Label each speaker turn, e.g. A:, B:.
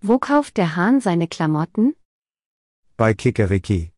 A: Wo kauft der Hahn seine Klamotten?
B: Bei Kikeriki.